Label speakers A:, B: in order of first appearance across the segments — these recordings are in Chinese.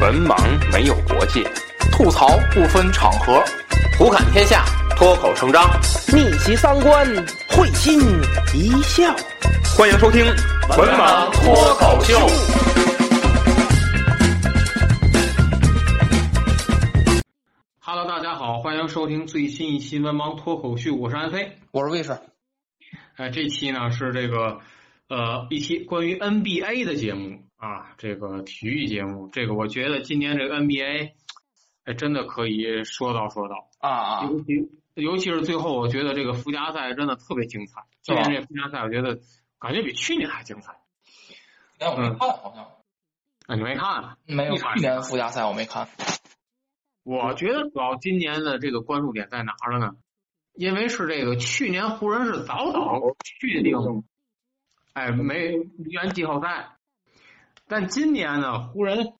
A: 文盲没有国界，吐槽不分场合，胡侃天下，脱口成章。
B: 逆袭三观，会心一笑。
A: 欢迎收听《文盲脱口秀》。
C: Hello，大家好，欢迎收听最新一期《文盲脱口秀》，我是安飞。
B: 我是卫士，
C: 哎，这期呢是这个呃一期关于 NBA 的节目啊，这个体育节目，这个我觉得今年这个 NBA，哎，真的可以说道说道，
B: 啊啊，
C: 尤其尤其是最后，我觉得这个附加赛真的特别精彩，今年这附加赛我觉得感觉比去年还精彩。
B: 哎但我没看，好像
C: 啊，你没看、啊？
B: 没有。
C: 嗯一看
B: 去年附加赛我没看。
C: 我觉得主要今年的这个关注点在哪儿了呢？因为是这个去年湖人是早早确定，哎，没原季后赛，但今年呢，湖人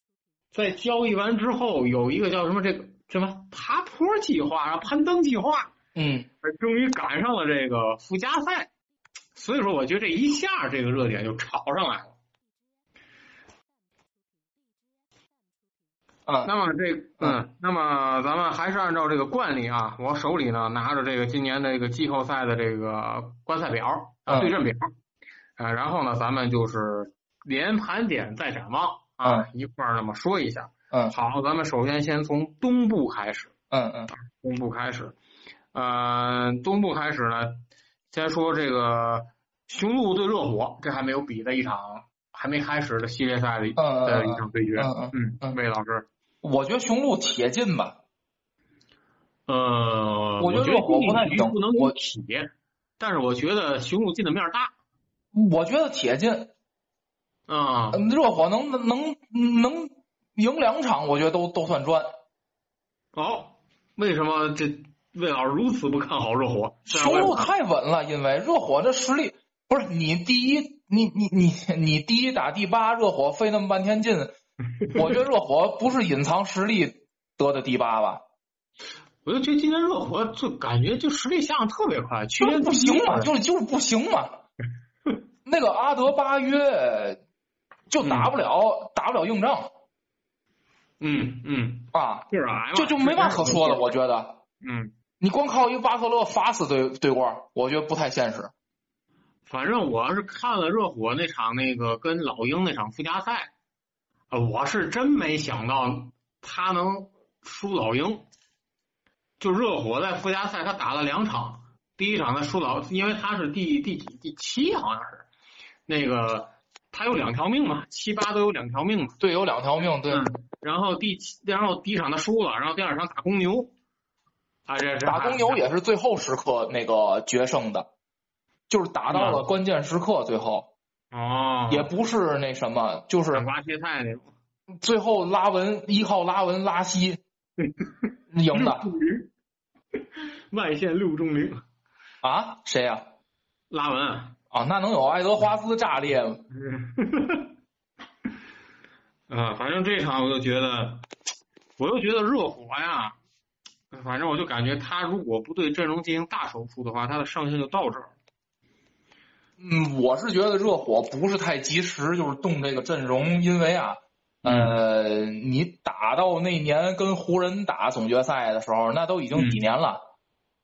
C: 在交易完之后有一个叫什么这个什么爬坡计划，然后攀登计划，
B: 嗯，
C: 终于赶上了这个附加赛，所以说我觉得这一下这个热点就炒上来了。
B: 啊
C: 那么这嗯，那么咱们还是按照这个惯例啊，我手里呢拿着这个今年这个季后赛的这个观赛表啊
B: 嗯
C: 对阵表，啊，然后呢咱们就是连盘点再展望啊，一块儿那么说一下。
B: 嗯
C: 好，咱们首先先从东部开始，
B: 嗯嗯
C: 东部开始，呃，东部开始呢，先说这个雄鹿对热火，这还没有比的一场还没开始的系列赛的一
B: 嗯嗯
C: 的一
B: 嗯
C: 场对决。
B: 嗯嗯嗯
C: 嗯，魏老师。
B: 我觉得雄鹿铁进吧，
C: 呃，
B: 我觉
C: 觉
B: 得热火不太
C: 进
B: 行
C: 不能
B: 我
C: 一起，但是我觉得雄鹿进的面儿大
B: 我觉得铁进，
C: 啊、
B: 嗯热火能能能赢两场，我觉得都都算赚。
C: 哦，为什么这魏老师如此不看好热火？虽然啊
B: 雄
C: 我也
B: 鹿
C: 不看好
B: 太稳了，因为热火这实力不是你第一，你你你你第一打第八，热火费那么 半天劲，我觉得热火不是隐藏实力得的第八吧？
C: 我就觉得今年热火就感觉就实力下降特别快，去
B: 就是
C: 年
B: 不行嘛，就是就是不行 嘛。那个阿德巴约就打不了，打不了硬仗
C: 嗯嗯，
B: 啊，
C: 就是哎呀
B: 就就没嘛可说的，我觉得。
C: 嗯，
B: 你光靠一巴特勒罚死对对过，我觉得不太现实。
C: 反正我是看了热火那场那个跟老鹰那场附加赛，啊，我是真没想到他能输老鹰。就热火在附加赛他打了两场，第一场他输老，因为他是第第几第七好像是，那个他有两条命嘛，七八都有两条命嘛。
B: 队友两条命，对，
C: 嗯然后第七，然后第一场他输了，然后第二场打公牛，啊这这
B: 打公牛也是最后时刻那个决胜的，就是打到了关键时刻，最后
C: 哦，
B: 也不是那什么，就是
C: 砍瓜切菜那种。
B: 最后拉文依靠拉文拉稀 赢的
C: 外线六中零，
B: 啊？谁呀、
C: 拉文 啊。
B: 啊？那能有爱德华兹炸裂吗？
C: 啊，反正这场我就觉得，我就觉得热火呀，呃反正我就感觉他如果不对阵容进行大手术的话，他的上限就到这儿。
B: 嗯，我是觉得热火不是太及时，就是动这个阵容，因为啊，呃，你打到那年跟湖人打总决赛的时候，那都已经几年了，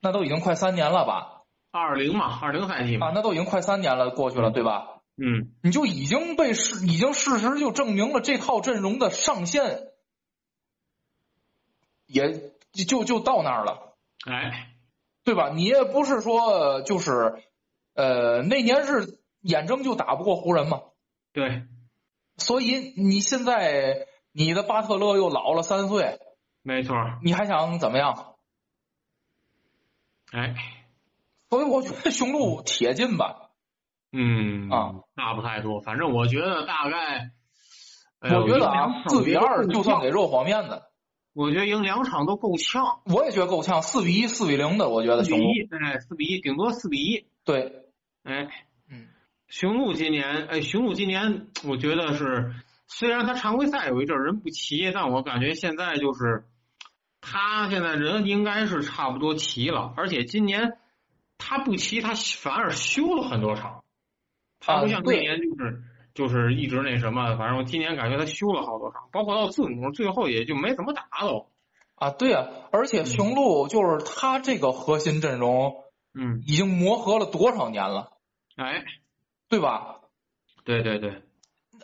B: 那都已经快三年了吧？
C: 二零嘛，二零赛季嘛，
B: 啊，那都已经快三年了过去了，对吧？
C: 嗯
B: 你就已经被事，已经事实就证明了这套阵容的上限也就就到那儿了。
C: 哎，
B: 对吧？你也不是说就是，呃，那年是眼睁就打不过湖人嘛，
C: 对，
B: 所以你现在你的巴特勒又老了三岁，
C: 没错儿，
B: 你还想怎么样？
C: 哎，
B: 所以我觉得雄鹿铁进吧，
C: 嗯
B: 啊，
C: 大不太多，反正我觉得大概，哎呦
B: 我觉得
C: 赢
B: 啊
C: 两，场
B: 四比二就算
C: 够呛
B: 给热火面子，
C: 我觉得赢两场都够呛，
B: 我也觉得够呛，四比一、四比零的，我觉得
C: 四比
B: 雄鹿
C: 一，哎，四比一，顶多四比一，
B: 对，
C: 哎，
B: 嗯，
C: 雄鹿今年，哎，雄鹿今年，我觉得是，虽然他常规赛有一阵儿人不齐，但我感觉现在就是，他现在人应该是差不多齐了，而且今年他不齐，他反而休了很多场，他不像
B: 啊
C: 去
B: 对
C: 年就是就是一直那什么，反正我今年感觉他修了好多场，包括到字母最后也就没怎么打到。
B: 啊，对啊，而且雄鹿就是他这个核心阵容
C: 嗯，
B: 已经磨合了多少年了，
C: 哎，
B: 对吧？
C: 对对 对，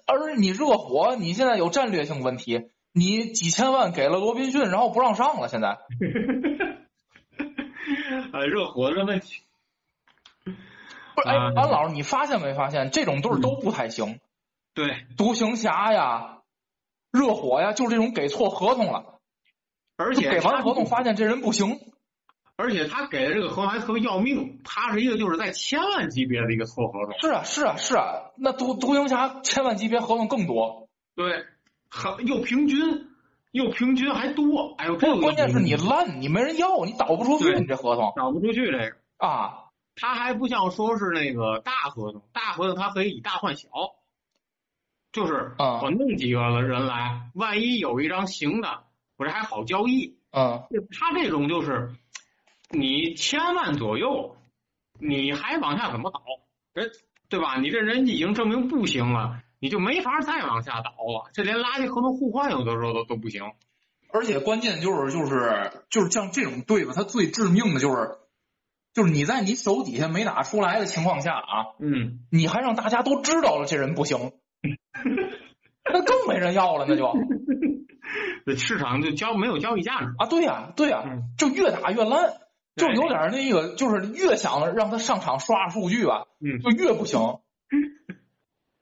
B: 而你热火，你现在有战略性问题，你几千万给了罗宾逊，然后不让上了，现在
C: 呃，热火这问题，
B: 不是？哎，
C: 啊
B: 安老师，你发现没发现这种队儿都不太行，
C: 对，
B: 独行侠呀、热火呀，就这种给错合同了，
C: 而
B: 就
C: 且
B: 给完
C: 他
B: 合同发现这人不行。
C: 而且他给的这个合同还特别要命，他是一个就是在千万级别的一个凑合同，
B: 是啊，是啊，是啊，那独独行侠千万级别合同更多，
C: 对，很又平均，又平均还多，哎呦，这个
B: 关键是你烂，你没人要，你倒不出去，
C: 对
B: 你这合同
C: 打不出去这个，
B: 啊，
C: 他还不像说是那个大合同，大合同他可以以大换小，就是
B: 啊
C: 我弄几个人来，万一有一张行的，我这还好交易。
B: 嗯，
C: 他这种就是你千万左右，你还往下怎么倒？人对吧？你这人已经证明不行了，你就没法再往下倒了。这连垃圾合同互换有的时候都都不行。
B: 而且关键就是就是就是像这种队吧，它最致命的就是就是你在你手底下没打出来的情况下啊，
C: 嗯，
B: 你还让大家都知道了这人不 行，那更没人要了，那就
C: 这市场就交没有交易价值。
B: 啊，对呀、对呀、
C: 嗯
B: 就越打越烂，就
C: 对
B: 有点那个，就是越想让他上场刷数据吧，
C: 嗯
B: 就越不行。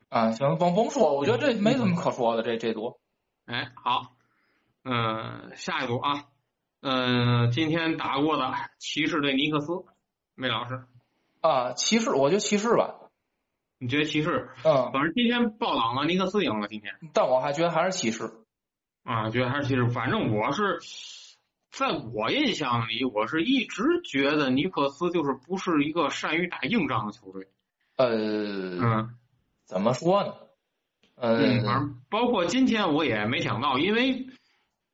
B: 啊，行，甭甭说，我觉得这没什么可说的，这这组
C: 哎，好，嗯、下一组啊，嗯、今天打过的骑士对尼克斯，魏老师，
B: 啊，骑士，我觉得骑士吧，
C: 你觉得骑士？
B: 嗯，
C: 反正今天爆冷了，尼克斯赢了今天。
B: 但我还觉得还是骑士，
C: 啊，觉得还是其实，反正我是在我印象里，我是一直觉得尼克斯就是不是一个善于打硬仗的球队。
B: 呃，
C: 嗯
B: 怎么说呢？
C: 嗯，反
B: 呃，
C: 正包括今天我也没想到，因为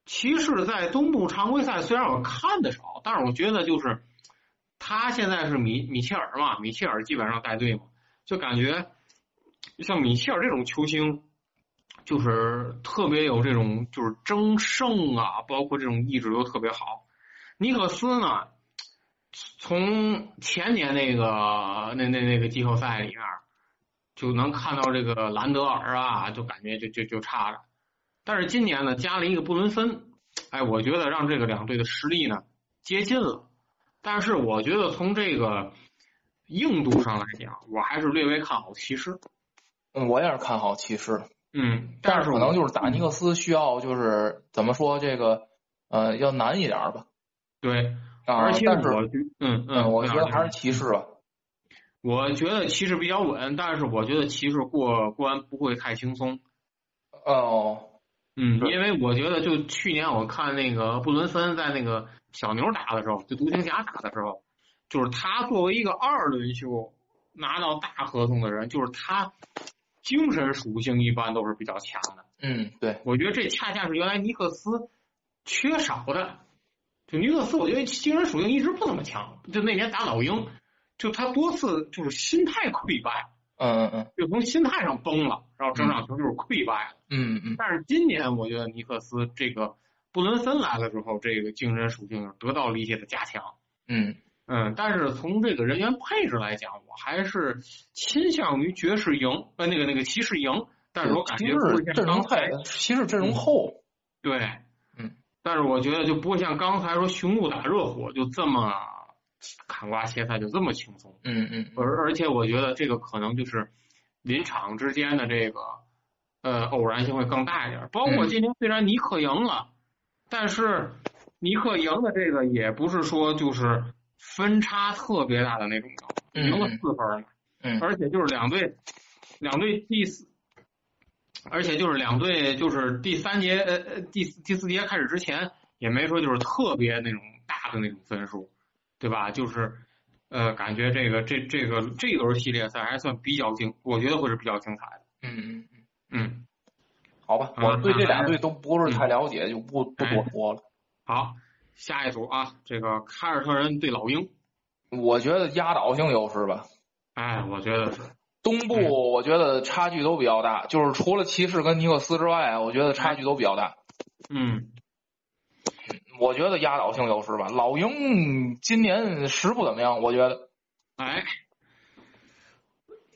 C: 骑士在东部常规赛虽然我看的少，但是我觉得就是他现在是米米切尔嘛，米切尔基本上带队嘛，就感觉像米切尔这种球星。就是特别有这种就是争胜啊，包括这种意志都特别好。尼克斯呢，从前年那个那那那个季后赛里面儿，就能看到这个兰德尔啊，就感觉就就就差了。但是今年呢，加了一个布伦森，哎，我觉得让这个两队的实力呢接近了。但是我觉得从这个硬度上来讲，我还是略微看好骑士。
B: 嗯我也是看好骑士的，
C: 嗯，但
B: 但是
C: 是
B: 可
C: 我
B: 能就是打尼克斯需要就是怎么说这个呃要难一点儿吧，
C: 对，
B: 啊，
C: 而且
B: 但是
C: 我觉嗯
B: 嗯，
C: 嗯，
B: 我觉得
C: 嗯
B: 还是骑士吧，
C: 我觉得骑士比较稳，但是我觉得骑士过关不会太轻松。
B: 哦，
C: 嗯，
B: 对
C: 因为我觉得就去年我看那个布伦森在那个小牛打的时候，就独行侠打的时候，就是他作为一个二轮秀拿到大合同的人，就是他精神属性一般都是比较强的。
B: 嗯，对，
C: 我觉得这恰恰是原来尼克斯缺少的。就尼克斯，我觉得精神属性一直不怎么强，就那年打老鹰，就他多次就是心态溃败，
B: 嗯嗯嗯
C: 就从心态上崩了，然后整场球就是溃败了。
B: 嗯嗯。
C: 但是今年我觉得尼克斯这个布伦森来了之后，这个精神属性得到了一些的加强。
B: 嗯，
C: 嗯，但是从这个人员配置来讲，我还是倾向于爵士赢，呃，那个那个骑士赢。但是我感
B: 骑
C: 觉不
B: 士
C: 会像
B: 阵容
C: 刚才
B: 太，骑士阵容厚，
C: 对，
B: 嗯，
C: 但是我觉得就不会像刚才说雄鹿打热火就这么砍瓜切菜，就这么轻松。
B: 嗯嗯
C: 而而且我觉得这个可能就是临场之间的这个呃偶然性会更大一点儿。包括
B: 嗯
C: 今天虽然尼克赢了，但是尼克赢的这个也不是说就是分差特别大的那种赢，
B: 嗯
C: 赢了四分儿嘛。
B: 嗯
C: 而且就是两队，两队第四。而且就是两队，就是第三节呃呃第四第四节开始之前，也没说就是特别那种大的那种分数，对吧？就是呃，感觉这个这这个这轮系列赛还算比较精，我觉得会是比较精彩的。
B: 嗯嗯，
C: 嗯，
B: 好吧，
C: 嗯
B: 我对这俩队都不是太了解，就不不多说了。
C: 好，下一组啊，这个凯尔特人对老鹰，
B: 我觉得压倒性优势吧，
C: 哎，我觉得是
B: 东部我觉得差距都比较大，就是除了骑士跟尼克斯之外，啊我觉得差距都比较大。
C: 嗯，
B: 我觉得压倒性优势吧。老鹰今年实不怎么样，我觉得。
C: 哎，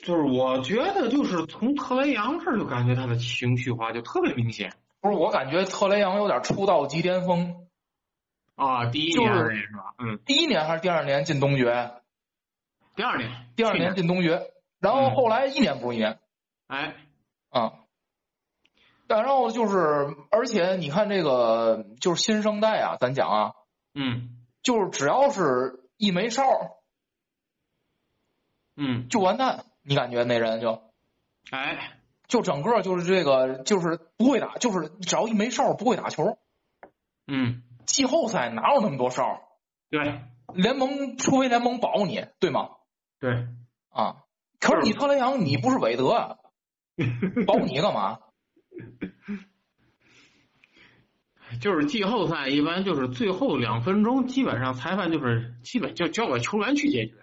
C: 就是我觉得就是从特雷杨这儿就感觉他的情绪化就特别明显
B: 不是，我感觉特雷杨有点出道即巅峰，
C: 啊。第一
B: 就
C: 年
B: 是
C: 那是吧？嗯，
B: 第一年还是第二年进东决，
C: 第二年，
B: 第二
C: 去
B: 年嗯进东决，然后后来一年不如一年
C: 哎，
B: 啊。然后就是，而且你看这个就是新生代啊，咱讲啊，
C: 嗯
B: 就是只要是一没哨儿
C: 嗯，
B: 就完蛋，你感觉那人就
C: 哎，
B: 就整个就是这个就是不会打，就是只要一没哨儿不会打球。
C: 嗯，
B: 季后赛哪有那么多哨儿？
C: 对
B: 联盟除非联盟保你，对吗？
C: 对，
B: 啊，可是你特雷杨你不是韦德啊，保你干嘛？
C: 就是季后赛一般就是最后两分钟，基本上裁判就是基本就交给球员去解决，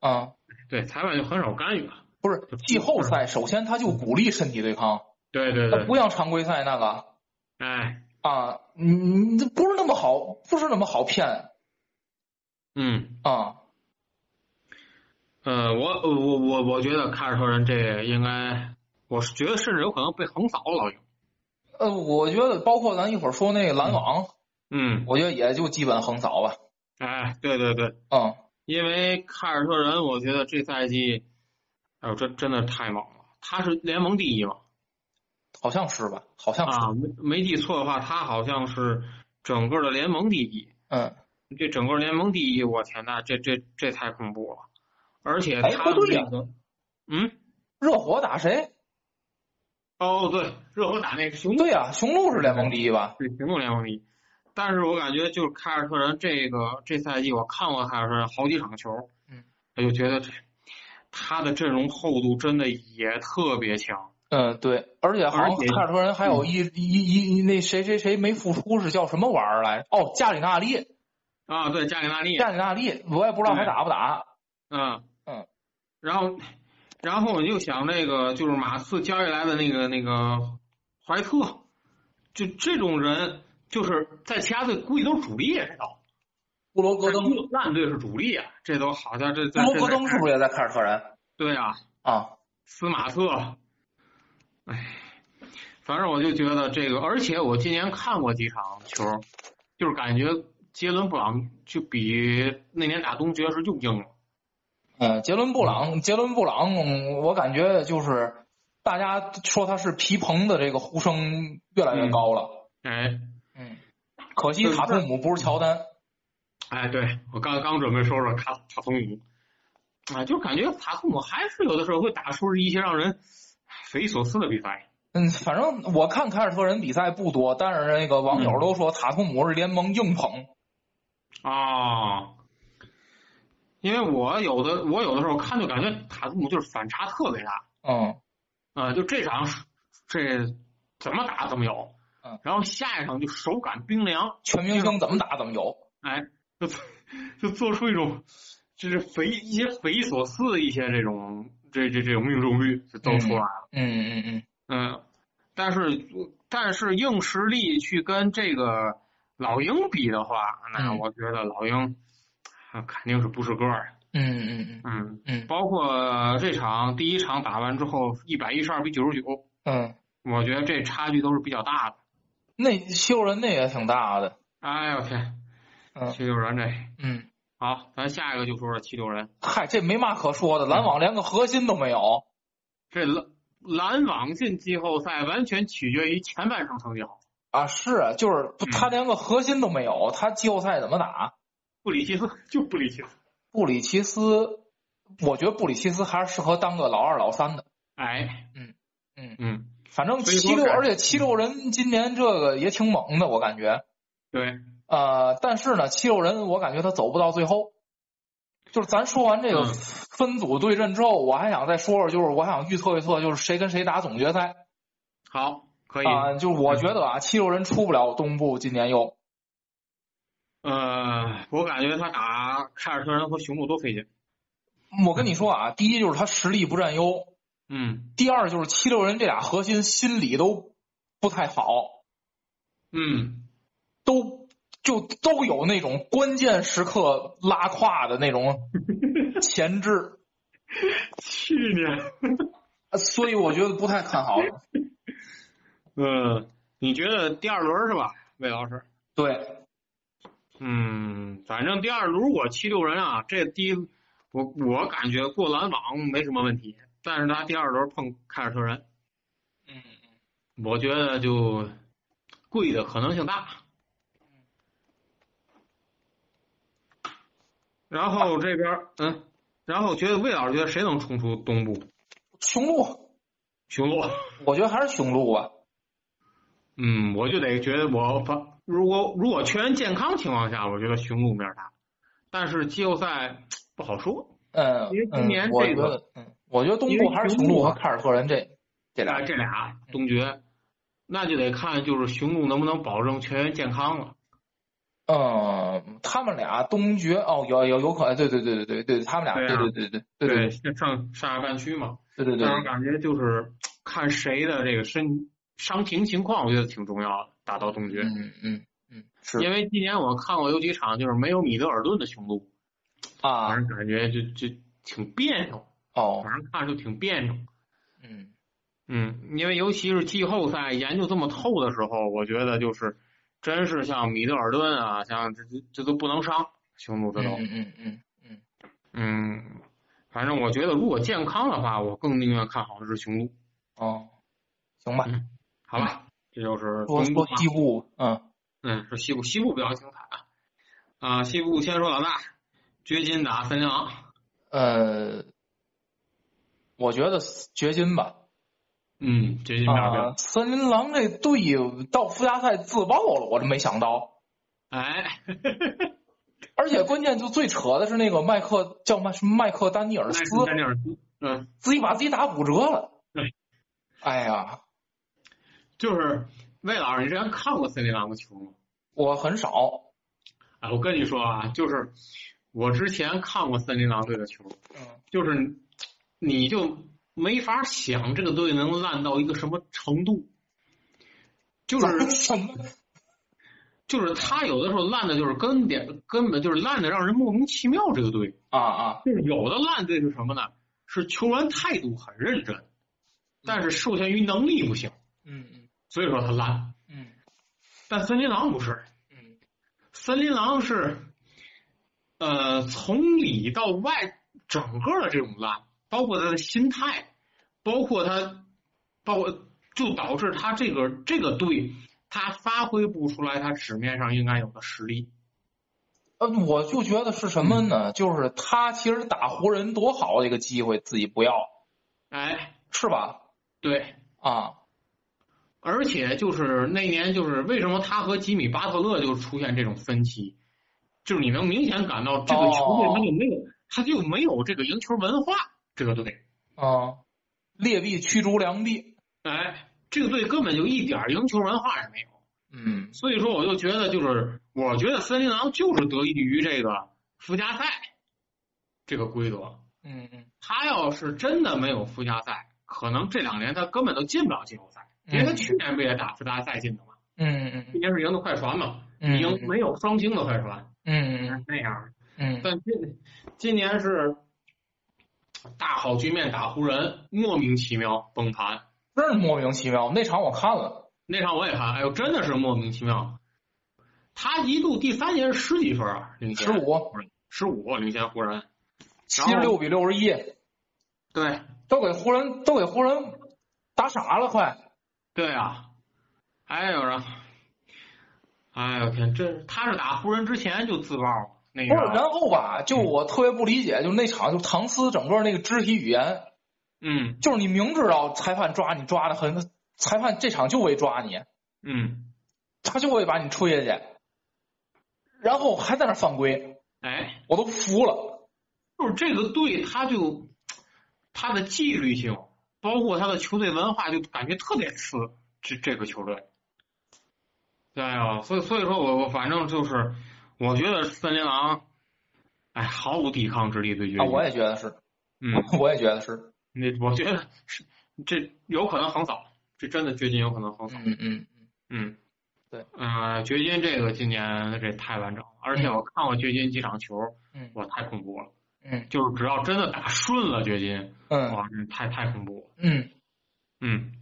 B: 啊，
C: 对，裁判就很少干预了。
B: 不是季后赛，首先他就鼓励身体对抗，
C: 对对
B: 他
C: 对，
B: 不像常规赛那个
C: 哎，
B: 啊，你你这不是那么好，不是那么好骗
C: 嗯
B: 啊。
C: 呃，我我我我觉得凯尔特人这应该，我是觉得甚至有可能被横扫老鹰。
B: 呃，我觉得包括咱一会儿说那个篮网，
C: 嗯，
B: 我觉得也就基本横扫吧。
C: 哎，对对对，
B: 嗯，
C: 因为凯尔特人，我觉得这赛季，哎呦，这真的太猛了，他是联盟第一嘛，
B: 好像是吧？好像是。
C: 啊，没没记错的话，他好像是整个的联盟第一。
B: 嗯，
C: 这整个联盟第一，我天呐，这这这太恐怖了！而且
B: 哎
C: 他们
B: 不对呀
C: 这个，嗯，
B: 热火打谁？
C: 哦对，热火打那个雄鹿，
B: 对呀、雄鹿是联盟第一吧？
C: 对雄鹿联盟第一。但是我感觉就是凯尔特人这个这赛季，我看过凯尔特人好几场球，
B: 嗯，
C: 我就觉得这他的阵容厚度真的也特别强。
B: 嗯，对。而且好像
C: 而且嗯
B: 凯尔特人还有一一一那谁谁谁没复出是叫什么玩意儿来着？哦，加里纳利，
C: 啊，对，加里纳利，
B: 加里纳利，我也不知道还打不打。
C: 嗯
B: 嗯，
C: 然后然后我就想那个就是马刺交易来的那个那个怀特，就这种人就是在其他队估计都是主力，这都
B: 布罗格登，布
C: 烂队是主力啊，这都好像这在
B: 罗格登是不是也在凯尔特人？
C: 对啊，
B: 啊，
C: 斯马特，哎，反正我就觉得这个，而且我今年看过几场球，就是感觉杰伦布朗就比那年打东决时又硬了。
B: 嗯，杰伦布朗，杰伦布朗，嗯我感觉就是大家说他是皮蓬的这个呼声越来越高了。
C: 哎
B: 嗯，可惜塔图姆不是乔丹。
C: 哎，对我刚刚准备说说卡塔图姆，啊，就感觉塔图姆还是有的时候会打出一些让人匪夷所思的比赛。
B: 嗯，反正我看凯尔特人比赛不多，但是那个网友都说塔图姆是联盟硬捧。
C: 啊，因为我有的我有的时候看就感觉塔图姆就是反差特别大
B: 嗯，
C: 啊，就这场是这怎么打怎么有
B: 嗯，
C: 然后下一场就手感冰凉，
B: 全明星怎么打怎么有。
C: 哎，就就做出一种就是匪一些匪夷所思的一些这种这这这种命中率就都出来了。
B: 嗯嗯嗯，
C: 嗯，但是但是硬实力去跟这个老鹰比的话，那
B: 嗯
C: 我觉得老鹰、啊肯定是不是个儿。
B: 嗯嗯嗯
C: 嗯
B: 嗯
C: 包括这场第一场打完之后，一百一十二比九十九，
B: 嗯，
C: 我觉得这差距都是比较大的。
B: 那秀人那也挺大的。
C: 哎呦天
B: 嗯，
C: 七六人这
B: 嗯，
C: 好，咱下一个就说说七六人。
B: 嗨，这没嘛可说的，篮网连个核心都没有。
C: 这篮篮网进季后赛完全取决于前半场成绩好，
B: 啊，是，就是不他连个核心都没有，他季后赛怎么打？
C: 布里 奇斯就布里奇斯，
B: 布里奇斯，我觉得布里奇斯还是适合当个老二、老三的。
C: 哎，
B: 嗯嗯
C: 嗯，
B: 反正
C: 所以说
B: 七六，
C: 感
B: 而且七六人今年这个也挺猛的，我感觉。
C: 对，
B: 呃，但是呢，七六人我感觉他走不到最后。就是咱说完这个
C: 嗯
B: 分组对阵之后，我还想再说说，就是我想预测一测，就是谁跟谁打总决赛
C: 好，可以，嗯
B: 啊、就是我觉得啊，七六人出不了东部，今年又
C: 呃，我感觉他打凯尔特人和雄鹿都费劲。
B: 我跟你说啊，第一就是他实力不占优，
C: 嗯
B: 第二就是七六人这俩核心心理都不太好，
C: 嗯
B: 都就都有那种关键时刻拉胯的 那种潜质，
C: 去年，
B: 呃所以我觉得不太看 好。
C: 嗯，你觉得第二轮是吧，魏老师？
B: 对，
C: 嗯，反正第二轮如果七六人啊，这第一我我感觉过篮网没什么问题，但是他第二轮碰凯尔特人，
B: 嗯，
C: 我觉得就贵的可能性大。
B: 嗯
C: 然后这边儿嗯，然后觉得魏老师觉得谁能冲出东部？
B: 雄鹿，
C: 雄 鹿。
B: 我觉得还是雄鹿吧。
C: 嗯，我就得觉得我反如果如果全员健康情况下，我觉得雄鹿面儿大，但是季后赛不好说。
B: 嗯，
C: 因为今年
B: 嗯我
C: 这
B: 觉
C: 个
B: 得，嗯，我觉得东
C: 因为
B: 部还是
C: 雄
B: 雄鹿
C: 鹿
B: 和
C: 啊
B: 凯尔特人这这俩
C: 啊，这俩东决，那就得看就是雄鹿能不能保证全员健康了。
B: 嗯，他们俩东决哦，有有有可能，对对对对对对，他们俩，
C: 对
B: 对
C: 啊
B: 对对对对对
C: 上上下半区嘛，
B: 对对对
C: 但是感觉就是看谁的这个身伤停情况，我觉得挺重要的，打到东决。
B: 嗯嗯嗯，是
C: 因为今年我看过有几场就是没有米德尔顿的雄鹿，反
B: 啊，
C: 正感觉就就挺别扭，
B: 哦
C: 反，正看着就挺别扭。
B: 嗯
C: 嗯，因为尤其是季后赛研究这么透的时候，我觉得就是真是像米德尔顿啊，像这这这都不能伤雄鹿这
B: 嗯
C: 都。
B: 嗯嗯嗯嗯，
C: 嗯，反正我觉得如果健康的话，我更宁愿看好的是雄鹿，
B: 哦，行
C: 嗯
B: 吧，
C: 好吧？这就是
B: 嗯说
C: 东部
B: 说
C: 啊
B: 西部，嗯
C: 嗯，说西部，西部比较精彩啊。啊，西部先说老大，掘金打森林狼，
B: 呃，我觉得掘金吧，
C: 嗯，掘金面儿比较
B: 啊，森林狼这队到附加赛自爆了，我真没想到。
C: 哎，
B: 而且关键就最扯的是那个麦克叫麦什么麦克丹尼尔
C: 那
B: 斯
C: 是丹尼尔斯，嗯，
B: 自己把自己打骨折了
C: 对。
B: 哎呀，
C: 就是魏老师，你之前看过森林狼的球吗？
B: 我很少。
C: 啊，我跟你说啊，就是我之前看过森林狼队的球，
B: 嗯
C: 就是你就没法想这个队能烂到一个什么程度，就是
B: 什么？
C: 就是他有的时候烂的就是根点根本就是烂的让人莫名其妙。这个队
B: 啊啊，
C: 就是有的烂队是什么呢？是球员态度很认真，但是受限于能力不行，
B: 嗯嗯
C: 所以说他烂。
B: 嗯
C: 但森林狼不是，
B: 嗯
C: 森林狼是，呃，从里到外整个的这种烂，包括他的心态，包括他，包括就导致他这个这个队，他发挥不出来他纸面上应该有的实力。
B: 呃，我就觉得是什么呢？就是他其实打湖人多好的一个机会，自己不要，
C: 哎，
B: 是吧？
C: 对，
B: 啊，
C: 而且就是那年就是为什么他和吉米巴特勒就出现这种分歧，就是你能明显感到这个球队
B: 哦
C: 他就没有，他就没有这个赢球文化，这个队。
B: 啊，劣币驱逐良币。
C: 哎，这个队根本就一点儿赢球文化也没有，
B: 嗯
C: 所以说我就觉得就是，我觉得森林狼就是得益于这个附加赛这个规则，
B: 嗯嗯
C: 他要是真的没有附加赛，可能这两年他根本都进不了季后赛，
B: 嗯
C: 因为他去年不也打附加赛进的嘛，
B: 嗯
C: 去年是赢的快船嘛，
B: 嗯
C: 赢没有双星的快船
B: 嗯
C: 那样，
B: 嗯嗯
C: 但今今年是大好局面打湖人，莫名其妙崩盘。
B: 真是莫名其妙。那场我看了，
C: 那场我也看，哎呦，真的是莫名其妙。他一度第三节是十几分啊，领先
B: 十五
C: 十五啊领先湖人，
B: 七十六比六十一。
C: 对
B: 都给湖人都给湖人打傻了，快！
C: 对啊，哎呦，然后，哎呦天，这他是打湖人之前就自爆那
B: 不是，然
C: 个，
B: 后吧，就我特别不理解，就那场就唐斯整个那个肢体语言，
C: 嗯
B: 就是你明知道裁判抓你抓的很，裁判这场就为抓你，
C: 嗯，
B: 他就会把你吹下去，然后还在那犯规，
C: 哎，
B: 我都服了。
C: 就是这个队他就他的纪律性，包括他的球队文化，就感觉特别次，这这个球队。对呀、所以所以说我我反正就是，我觉得森林狼，哎，毫无抵抗之力对决。
B: 啊，我也觉得是，
C: 嗯，
B: 我也觉得是，
C: 那我觉得是这有可能横扫，这真的掘金有可能横扫。
B: 嗯嗯，
C: 嗯，
B: 对，
C: 呃，掘金这个今年这太完整了，而且我看过掘金几场球，
B: 嗯
C: 哇，太恐怖了。
B: 嗯
C: 就是只要真的打顺了掘金，
B: 嗯
C: 哇，这太太恐怖了。
B: 嗯，
C: 嗯，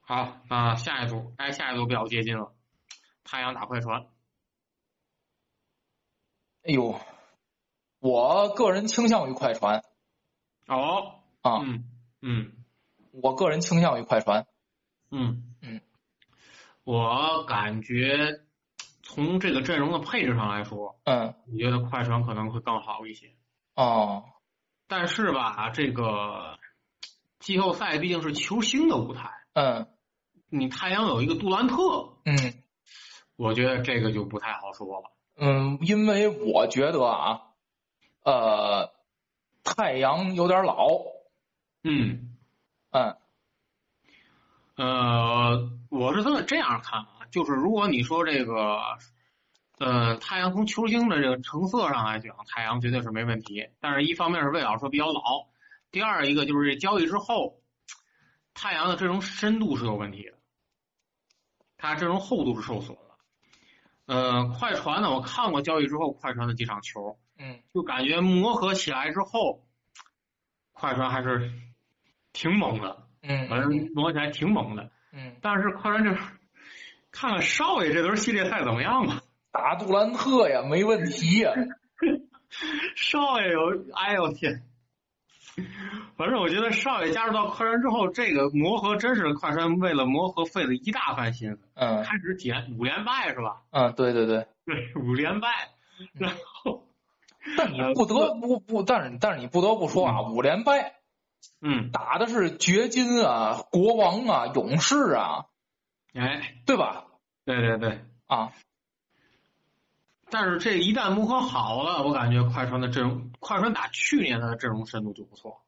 C: 好，那下一组，哎，下一组比较接近了，太阳打快船，
B: 哎呦，我个人倾向于快船
C: 哦，
B: 啊，
C: 嗯嗯
B: 我个人倾向于快船，
C: 嗯
B: 嗯，
C: 我感觉从这个阵容的配置上来说，
B: 嗯
C: 我觉得快船可能会更好一些。
B: 哦，
C: 但是吧，这个季后赛毕竟是球星的舞台，
B: 嗯
C: 你太阳有一个杜兰特，
B: 嗯
C: 我觉得这个就不太好说了。
B: 嗯，因为我觉得啊，呃，太阳有点老，
C: 嗯，
B: 嗯
C: 呃，我是这么这样看啊，就是如果你说这个，呃，太阳从球星的这个成色上来讲，太阳绝对是没问题。但是一方面是魏老师说比较老，第二一个就是这交易之后，太阳的这种深度是有问题的，它这种厚度是受损了。呃，快船呢，我看过交易之后快船的几场球，
B: 嗯
C: 就感觉磨合起来之后，快船还是挺猛的，
B: 嗯
C: 反正磨合起来挺猛的。
B: 嗯，
C: 但是快船这看看少爷这轮系列赛怎么样吧。
B: 打杜兰特呀，没问题呀，
C: 少爷有，哎呦天！ 反正我觉得少爷加入到快船之后，这个磨合真是快船为了磨合费了一大番心思。
B: 嗯
C: 开始几连五连败是吧？
B: 嗯，对对对，
C: 对，五连败。然后，
B: 但你不得不不，但是但是你不得不说啊，五连败
C: 嗯，
B: 打的是掘金啊、国王啊、勇士啊，
C: 哎，
B: 对吧？
C: 对对对，
B: 啊，
C: 但是这一旦磨合好了，我感觉快船的阵容，快船打去年的阵容深度就不错。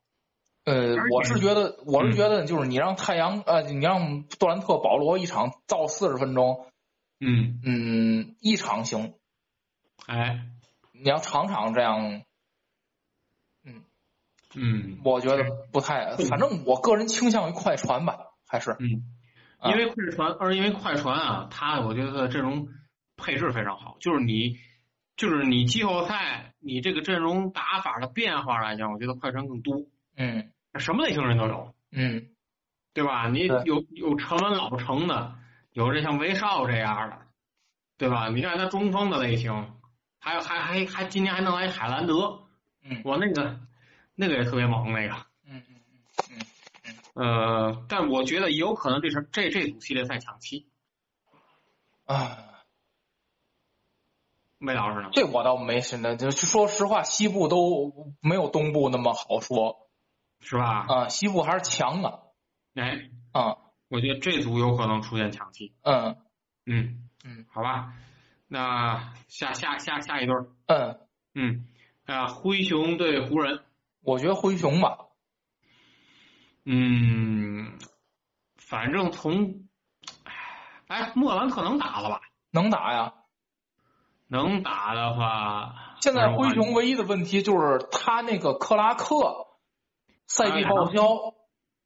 B: 呃
C: 而，且
B: 我是觉得，我是觉得，就是你让太阳，呃，你让杜兰特、保罗一场造四十分钟，
C: 嗯，
B: 嗯，一场行，
C: 哎，
B: 你要场场这样，
C: 嗯，
B: 我觉得不太，反正我个人倾向于快船吧，还是，
C: 嗯
B: 啊
C: 因为快船，而因为快船啊，它我觉得它的阵容配置非常好，就是你，就是你季后赛你这个阵容打法的变化来讲，我觉得快船更多，
B: 嗯
C: 什么类型人都有，
B: 嗯
C: 对吧？你
B: 对
C: 有有沉稳老成的，有这像威少这样的，对吧？你看他中锋的类型，还有还还还今年还弄来海兰德，
B: 嗯
C: 我那个那个也特别猛那个，
B: 嗯嗯
C: 呃，但我觉得也有可能这是这这组系列赛抢七，
B: 嗯啊，
C: 魏老师呢？
B: 这我倒没什么，就是说实话，西部都没有东部那么好说
C: 是吧？
B: 啊，西部还是强啊
C: 哎，
B: 啊，
C: 我觉得这组有可能出现抢七，
B: 嗯
C: 嗯
B: 嗯，
C: 好吧，那下下下下一对儿，
B: 嗯，
C: 嗯，啊，灰熊对湖人，
B: 我觉得灰熊吧，
C: 嗯，反正从，哎，莫兰特能打了吧？
B: 能打呀。
C: 能打的话，
B: 现在灰熊
C: 我
B: 唯一的问题就是他那个克拉克赛季报销，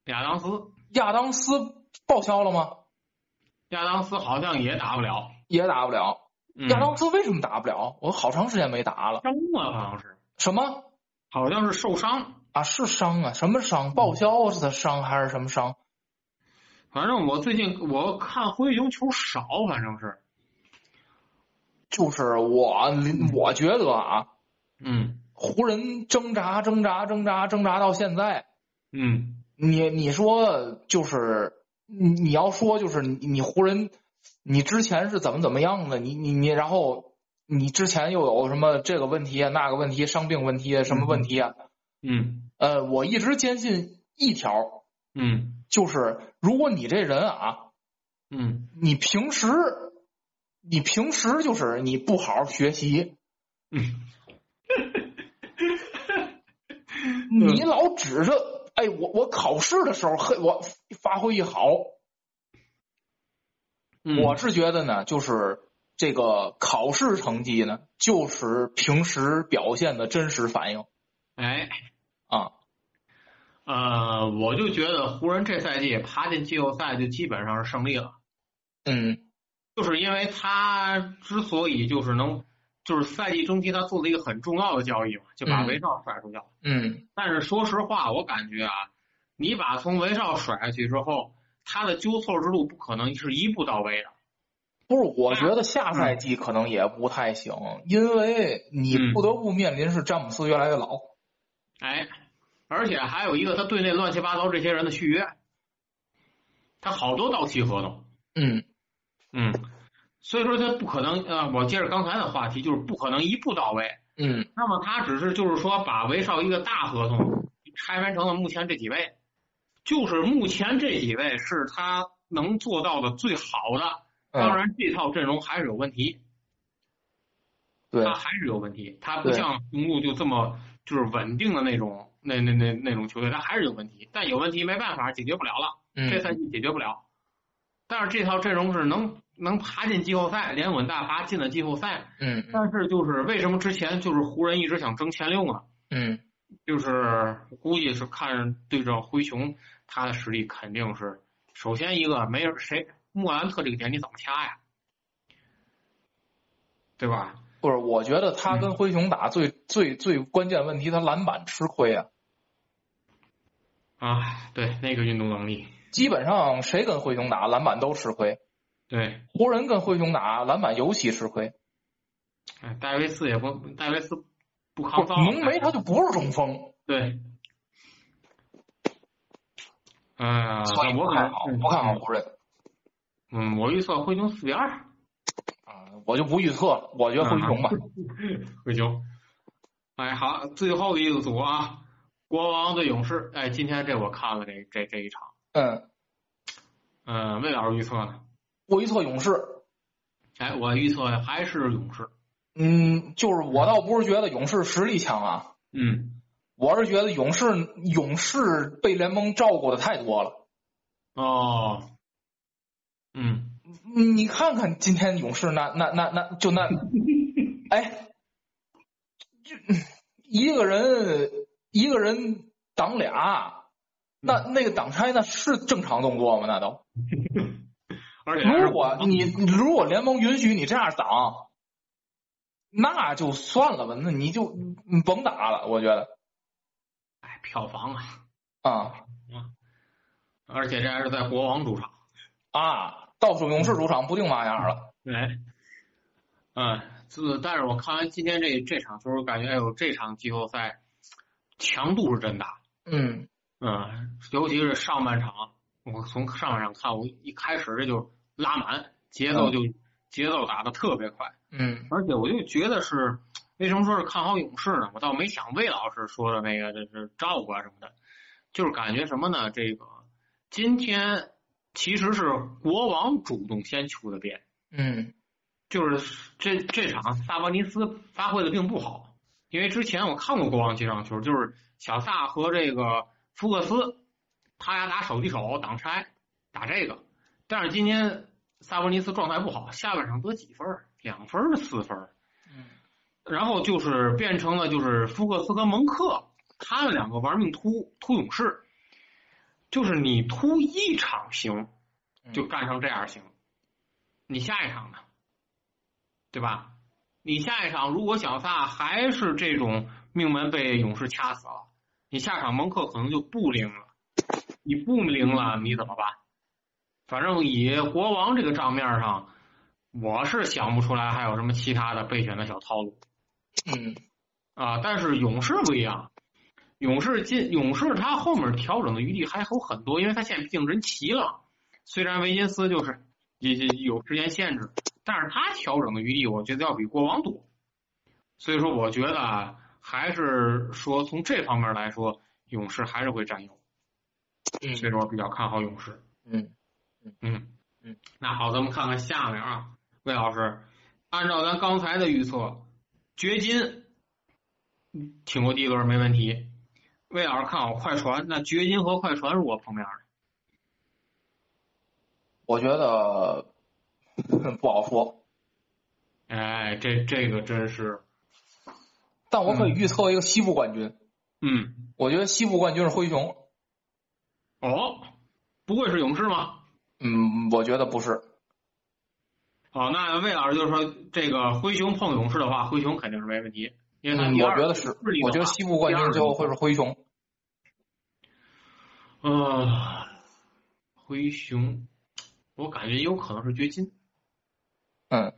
C: 亚当斯，
B: 亚当斯报销了吗？
C: 亚当斯好像也打不了，
B: 也打不了。
C: 嗯
B: 亚当斯为什么打不了？我好长时间没打了。
C: 伤了好像是，
B: 什么
C: 好像是受伤，
B: 啊？是伤啊？什么伤？报销的伤还是什么伤？
C: 反正我最近我看灰熊球少，反正是，
B: 就是我，我觉得啊，
C: 嗯
B: 湖人挣扎挣扎挣扎挣扎到现在，
C: 嗯
B: 你你说就是你你要说就是你你湖人，你之前是怎么怎么样的？你你你，然后你之前又有什么这个问题啊、那个问题、伤病问题啊、什么问题啊？
C: 嗯
B: 呃，我一直坚信一条，
C: 嗯
B: 就是如果你这人啊，
C: 嗯
B: 你平时你平时就是你不好好学习，
C: 嗯，
B: 你
C: 嗯
B: 老指着哎我我考试的时候嘿我发挥一好，
C: 嗯
B: 我是觉得呢，就是这个考试成绩呢，就是平时表现的真实反应
C: 哎，
B: 啊。
C: 呃，我就觉得湖人这赛季爬进季后赛就基本上是胜利了，
B: 嗯
C: 就是因为他之所以就是能，就是赛季中期他做了一个很重要的交易嘛，就把
B: 嗯
C: 威少甩出去了。
B: 嗯
C: 但是说实话，我感觉啊，你把从威少甩下去之后，他的纠错之路不可能是一步到位的。
B: 不是，我觉得下赛季可能也不太行，因为你
C: 嗯
B: 不得不面临是詹姆斯越来越老。
C: 哎，而且还有一个，他对那乱七八糟这些人的续约，他好多到期合同。
B: 嗯
C: 嗯，所以说他不可能呃，我接着刚才的话题，就是不可能一步到位。
B: 嗯
C: 那么他只是就是说把威少一个大合同拆分成了目前这几位，就是目前这几位是他能做到的最好的。当
B: 嗯，
C: 然，这套阵容还是有问题，
B: 对
C: 他还是有问题，他不
B: 对
C: 像雄鹿就这么就是稳定的那种那那那那种球队，他还是有问题。但有问题没办法解决不了了，这赛
B: 嗯
C: 季解决不了。但是这套阵容是能能爬进季后赛，连滚带爬进了季后赛。
B: 嗯
C: 但是就是为什么之前就是湖人一直想争前六呢？
B: 嗯
C: 就是估计是看对照灰熊，他的实力肯定是首先一个没人谁莫兰特这个点你怎么掐呀，对吧？
B: 不是，我觉得他跟灰熊打最最最关键问题，他篮板吃亏啊。
C: 啊，对那个运动能力，
B: 基本上谁跟灰熊打篮板都吃亏，
C: 对，
B: 湖人跟灰熊打篮板尤其吃亏。
C: 哎戴维斯也不戴维斯不
B: 不
C: 抗
B: 是
C: 造，
B: 浓眉他就不是中锋，
C: 对，嗯、
B: 所以
C: 那
B: 不
C: 我可
B: 看
C: 能
B: 好，不看好，湖人。
C: 嗯，我预测灰熊四比二，
B: 啊，我就不预测了，我觉得灰熊吧。
C: 灰熊。哎，好，最后一个组啊，国王对勇士。哎，今天这我看了这这这一场，
B: 嗯，
C: 嗯、魏老师预测呢？
B: 我预测勇士。
C: 哎，我预测还是勇士。
B: 嗯，就是我倒不是觉得勇士实力强啊，
C: 嗯，
B: 我是觉得勇士勇士被联盟照顾的太多了。
C: 哦，嗯，
B: 嗯你看看今天勇士那那那那就那，哎，就一个人一个人挡俩，那
C: 嗯
B: 那个挡拆那是正常动作吗？那都
C: 而且还是
B: 如果你如果联盟允许你这样挡，那就算了吧，那你就你甭打了，我觉得
C: 哎票房啊，
B: 啊
C: 而且这还是在国王主场。
B: 啊，倒数勇士主场不定嘛样了，
C: 哎，嗯，自但是我看完今天这这场球，我感觉哎呦，这场季后赛强度是真大。
B: 嗯
C: 嗯，尤其是上半场，我从上半场看，我一开始这就拉满，节奏就、节奏打得特别快，
B: 嗯
C: 而且我就觉得是为什么说是看好勇士呢？我倒没想魏老师说的那个这是照顾啊什么的，就是感觉什么呢？这个今天其实是国王主动先求的变，
B: 嗯
C: 就是这这场萨博尼斯发挥的并不好，因为之前我看过国王几场球，就是小萨和这个福克斯，他俩打手递手挡拆打这个，但是今天萨博尼斯状态不好，下半场得几分儿？两分儿四分儿？
B: 嗯
C: 然后就是变成了就是福克斯和蒙克，他们两个玩命突突勇士，就是你突一场行，就干成这样行，你下一场呢，对吧？你下一场如果小萨还是这种命门被勇士掐死了，你下场蒙克可能就不灵了，你不灵了你怎么办？反正以国王这个账面上，我是想不出来还有什么其他的备选的小套路。
B: 嗯
C: 啊，但是勇士不一样，勇士进勇士他后面调整的余地还有很多，因为他现在毕竟人齐了，虽然维金斯就是也也有时间限制，但是他调整的余地我觉得要比国王多，所以说我觉得啊还是说从这方面来说，勇士还是会占优，所以
B: 嗯
C: 说我比较看好勇士。
B: 嗯，
C: 嗯
B: 嗯，
C: 那好，咱们看看下面啊，魏老师，按照咱刚才的预测，掘金嗯挺过第一轮没问题。魏老师看好快船，那掘金和快船如果碰面呢？
B: 我觉得嗯不好说。
C: 哎，这这个真是，
B: 但我可以预测一个西部冠军。
C: 嗯
B: 我觉得西部冠军是灰熊。
C: 哦，不会是勇士吗？
B: 嗯，我觉得不是，
C: 哦，那魏老师就是说，这个灰熊碰勇士的话，灰熊肯定是没问题，因为他
B: 嗯，
C: 第
B: 我
C: 二
B: 觉得是
C: 智力，的
B: 我觉得
C: 话
B: 西部冠
C: 第
B: 军
C: 二
B: 最后会是灰熊。
C: 呃，灰熊，我感觉有可能是掘金。
B: 嗯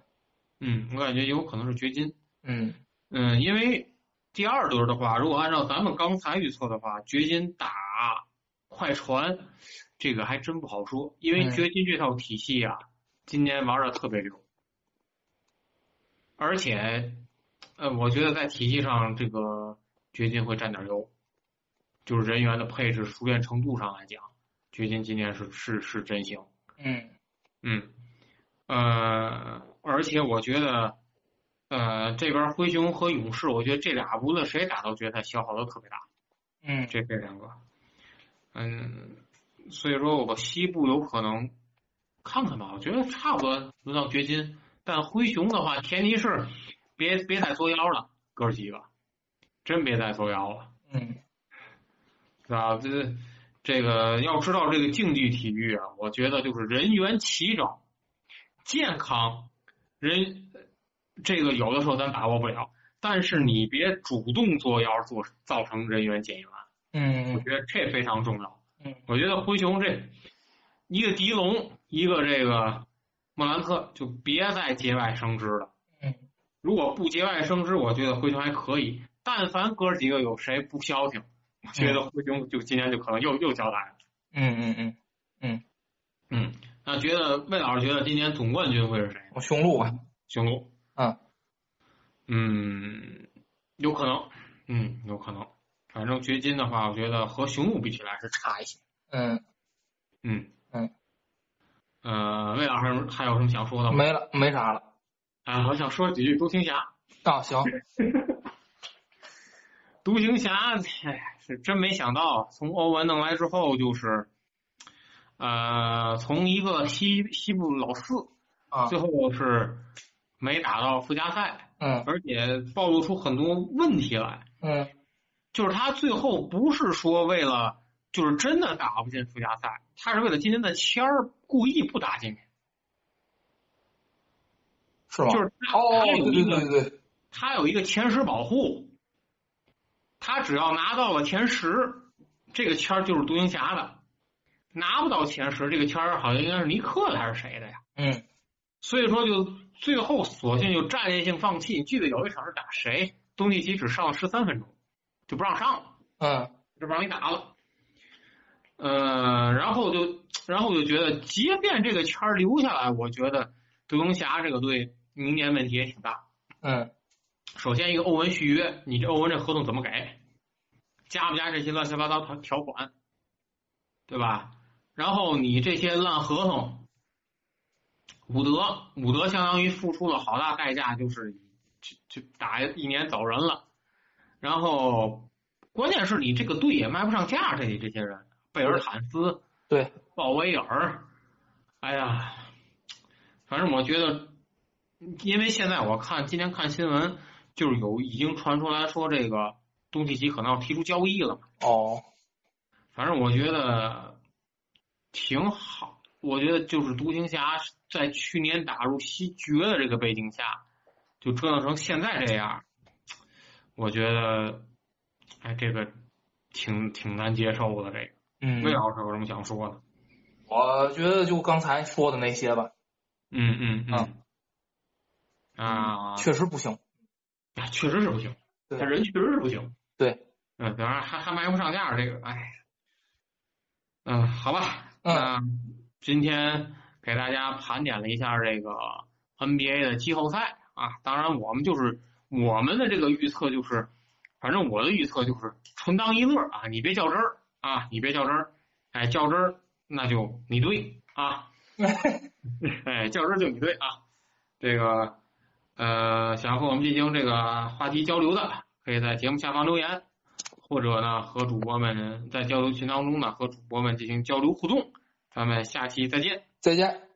C: 嗯，我感觉有可能是掘金。
B: 嗯
C: 嗯，因为第二轮的话，如果按照咱们刚才预测的话，掘金打快船，这个还真不好说，因为
B: 嗯
C: 掘金这套体系啊，今年玩的特别溜，而且，呃，我觉得在体系上，这个掘金会占点优，就是人员的配置、熟练程度上来讲，掘金今年是是是真行。
B: 嗯
C: 嗯，呃，而且我觉得，呃，这边灰熊和勇士，我觉得这俩无论谁打到决赛，消耗都特别大，
B: 嗯
C: 这这两个，嗯，所以说我西部有可能看看吧，我觉得差不多轮到掘金，但灰熊的话，前提是别别再作妖了，哥儿几个，真别再作妖了。
B: 嗯
C: 啊，这这个要知道这个竞技体育啊，我觉得就是人员齐整、健康，人这个有的时候咱把握不了，但是你别主动作妖做造成人员减员，
B: 嗯
C: 我觉得这非常重要。
B: 嗯，
C: 我觉得灰熊这一个迪龙，一个这个莫兰特，就别再节外生枝了。
B: 嗯，
C: 如果不节外生枝，我觉得灰熊还可以。但凡哥几个有谁不消停，我觉得灰熊就今年就可能又又交代了。
B: 嗯嗯嗯，
C: 嗯，那觉得魏老师觉得今年总冠军会是谁？
B: 我雄鹿吧，
C: 雄鹿。
B: 嗯
C: 嗯，有可能，嗯，有可能。反正掘金的话，我觉得和雄鹿比起来是差一些。
B: 嗯，
C: 嗯
B: 嗯。
C: 呃，魏老师还有什么想说的吗？
B: 没了，没啥了。
C: 啊，我想说几句独行侠。
B: 啊，行，
C: 独行侠，哎，是真没想到，从欧文弄来之后，就是，呃，从一个西西部老四，
B: 啊，
C: 最后是没打到附加赛，
B: 嗯
C: 而且暴露出很多问题来。
B: 嗯
C: 就是他最后不是说为了，就是真的打不进附加赛，他是为了今天的签儿故意不打进去，
B: 是吗？
C: 就是他
B: 哦，
C: 他
B: 对
C: 有
B: 对
C: 一
B: 对
C: 个
B: 对对，
C: 他有一个前十保护，他只要拿到了前十，这个签儿就是独行侠的；拿不到前十，这个签儿好像应该是尼克的还是谁的呀？
B: 嗯
C: 所以说就最后索性就战略性放弃。你记得有一场是打谁？东契奇只上了十三分钟，就不让上了。
B: 嗯
C: 就不让你打了。呃，然后就，然后我就觉得，即便这个圈儿留下来，我觉得独行侠这个队明年问题也挺大。
B: 嗯
C: 首先，一个欧文续约，你这欧文这合同怎么给？加不加这些乱七八糟条条款，对吧？然后你这些烂合同，伍德，伍德相当于付出了好大代价，就是就就打一年走人了。然后，关键是你这个队也卖不上价，这里这些人，贝尔坦斯，
B: 对，
C: 鲍威尔，哎呀，反正我觉得，因为现在我看今天看新闻，就是有已经传出来说这个东契奇可能要提出交易了嘛。
B: 哦，
C: 反正我觉得挺好。我觉得就是独行侠在去年打入西决的这个背景下，就折腾成现在这样，我觉得，哎，这个挺挺难接受的。这个
B: 嗯
C: 魏，老师有什么想说的？
B: 我觉得就刚才说的那些吧，
C: 嗯嗯嗯。啊，
B: 确实不行。
C: 啊确实是不行，
B: 对
C: 他人确实是不行。
B: 对，
C: 嗯，当然还还卖不上价儿这个，哎，嗯，好吧，
B: 嗯
C: 那今天给大家盘点了一下这个 NBA 的季后赛啊，当然我们就是我们的这个预测就是，反正我的预测就是纯当一乐儿啊，你别较真儿啊，你别较真儿，哎，较真儿那就你对 啊，哎，较真儿就你对啊，这个呃，想和我们进行这个话题交流的，可以在节目下方留言，或者呢和主播们在交流群当中呢和主播们进行交流互动。咱们下期再见。
B: 再见。